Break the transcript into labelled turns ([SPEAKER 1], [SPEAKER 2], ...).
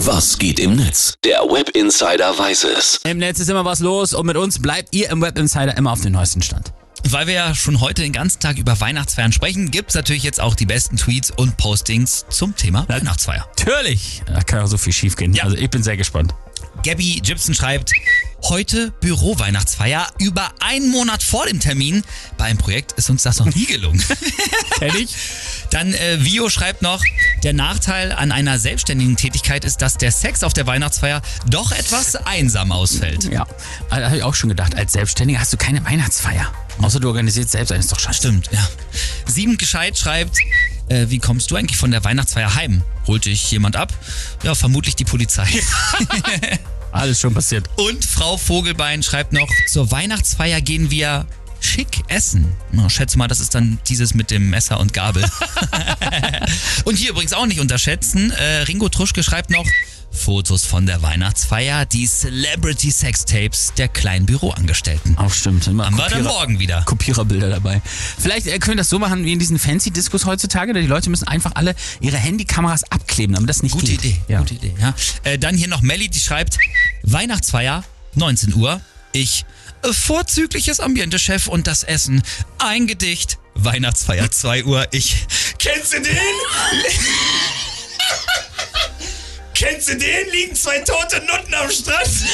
[SPEAKER 1] Was geht im Netz? Der Web Insider weiß es.
[SPEAKER 2] Im Netz ist immer was los und mit uns bleibt ihr im Web Insider immer auf dem neuesten Stand.
[SPEAKER 3] Weil wir ja schon heute den ganzen Tag über Weihnachtsfeiern sprechen, gibt's natürlich jetzt auch die besten Tweets und Postings zum Thema Weihnachtsfeier.
[SPEAKER 2] Natürlich! Da kann ja so viel schief gehen.
[SPEAKER 3] Ja.
[SPEAKER 2] Also ich bin sehr gespannt.
[SPEAKER 3] Gabby Gibson schreibt, heute Büroweihnachtsfeier, über einen Monat vor dem Termin. Bei einem Projekt ist uns das noch nie gelungen.
[SPEAKER 2] Ehrlich?
[SPEAKER 3] Dann äh, Vio schreibt noch, der Nachteil an einer selbstständigen Tätigkeit ist, dass der Sex auf der Weihnachtsfeier doch etwas einsam ausfällt.
[SPEAKER 2] Ja. Also, habe ich auch schon gedacht, als Selbstständiger hast du keine Weihnachtsfeier. Außer du organisierst selbst eines doch scheiße.
[SPEAKER 3] Stimmt, ja. Sieben Gescheit schreibt, äh, wie kommst du eigentlich von der Weihnachtsfeier heim? Holt dich jemand ab? Ja, vermutlich die Polizei.
[SPEAKER 2] Alles schon passiert.
[SPEAKER 3] Und Frau Vogelbein schreibt noch, zur Weihnachtsfeier gehen wir schick essen. Na, schätze mal, das ist dann dieses mit dem Messer und Gabel. und hier übrigens auch nicht unterschätzen, äh, Ringo Truschke schreibt noch, Fotos von der Weihnachtsfeier, die Celebrity Sextapes der kleinen Büroangestellten.
[SPEAKER 2] Auch stimmt. Immer
[SPEAKER 3] Haben wir dann
[SPEAKER 2] Kopierer-
[SPEAKER 3] morgen wieder.
[SPEAKER 2] Kopiererbilder dabei. Vielleicht äh, können wir das so machen wie in diesen Fancy-Discos heutzutage. Die Leute müssen einfach alle ihre Handykameras abkleben, damit das nicht
[SPEAKER 3] Gute
[SPEAKER 2] geht.
[SPEAKER 3] Idee,
[SPEAKER 2] Ja.
[SPEAKER 3] gute Idee. Ja. Äh, dann hier noch Melli, die schreibt, Weihnachtsfeier, 19 Uhr, ich, äh, vorzügliches Ambiente-Chef und das Essen, ein Gedicht, Weihnachtsfeier, 2 Uhr, ich, kennst du den? kennst du den? Liegen zwei tote Nutten am Strand.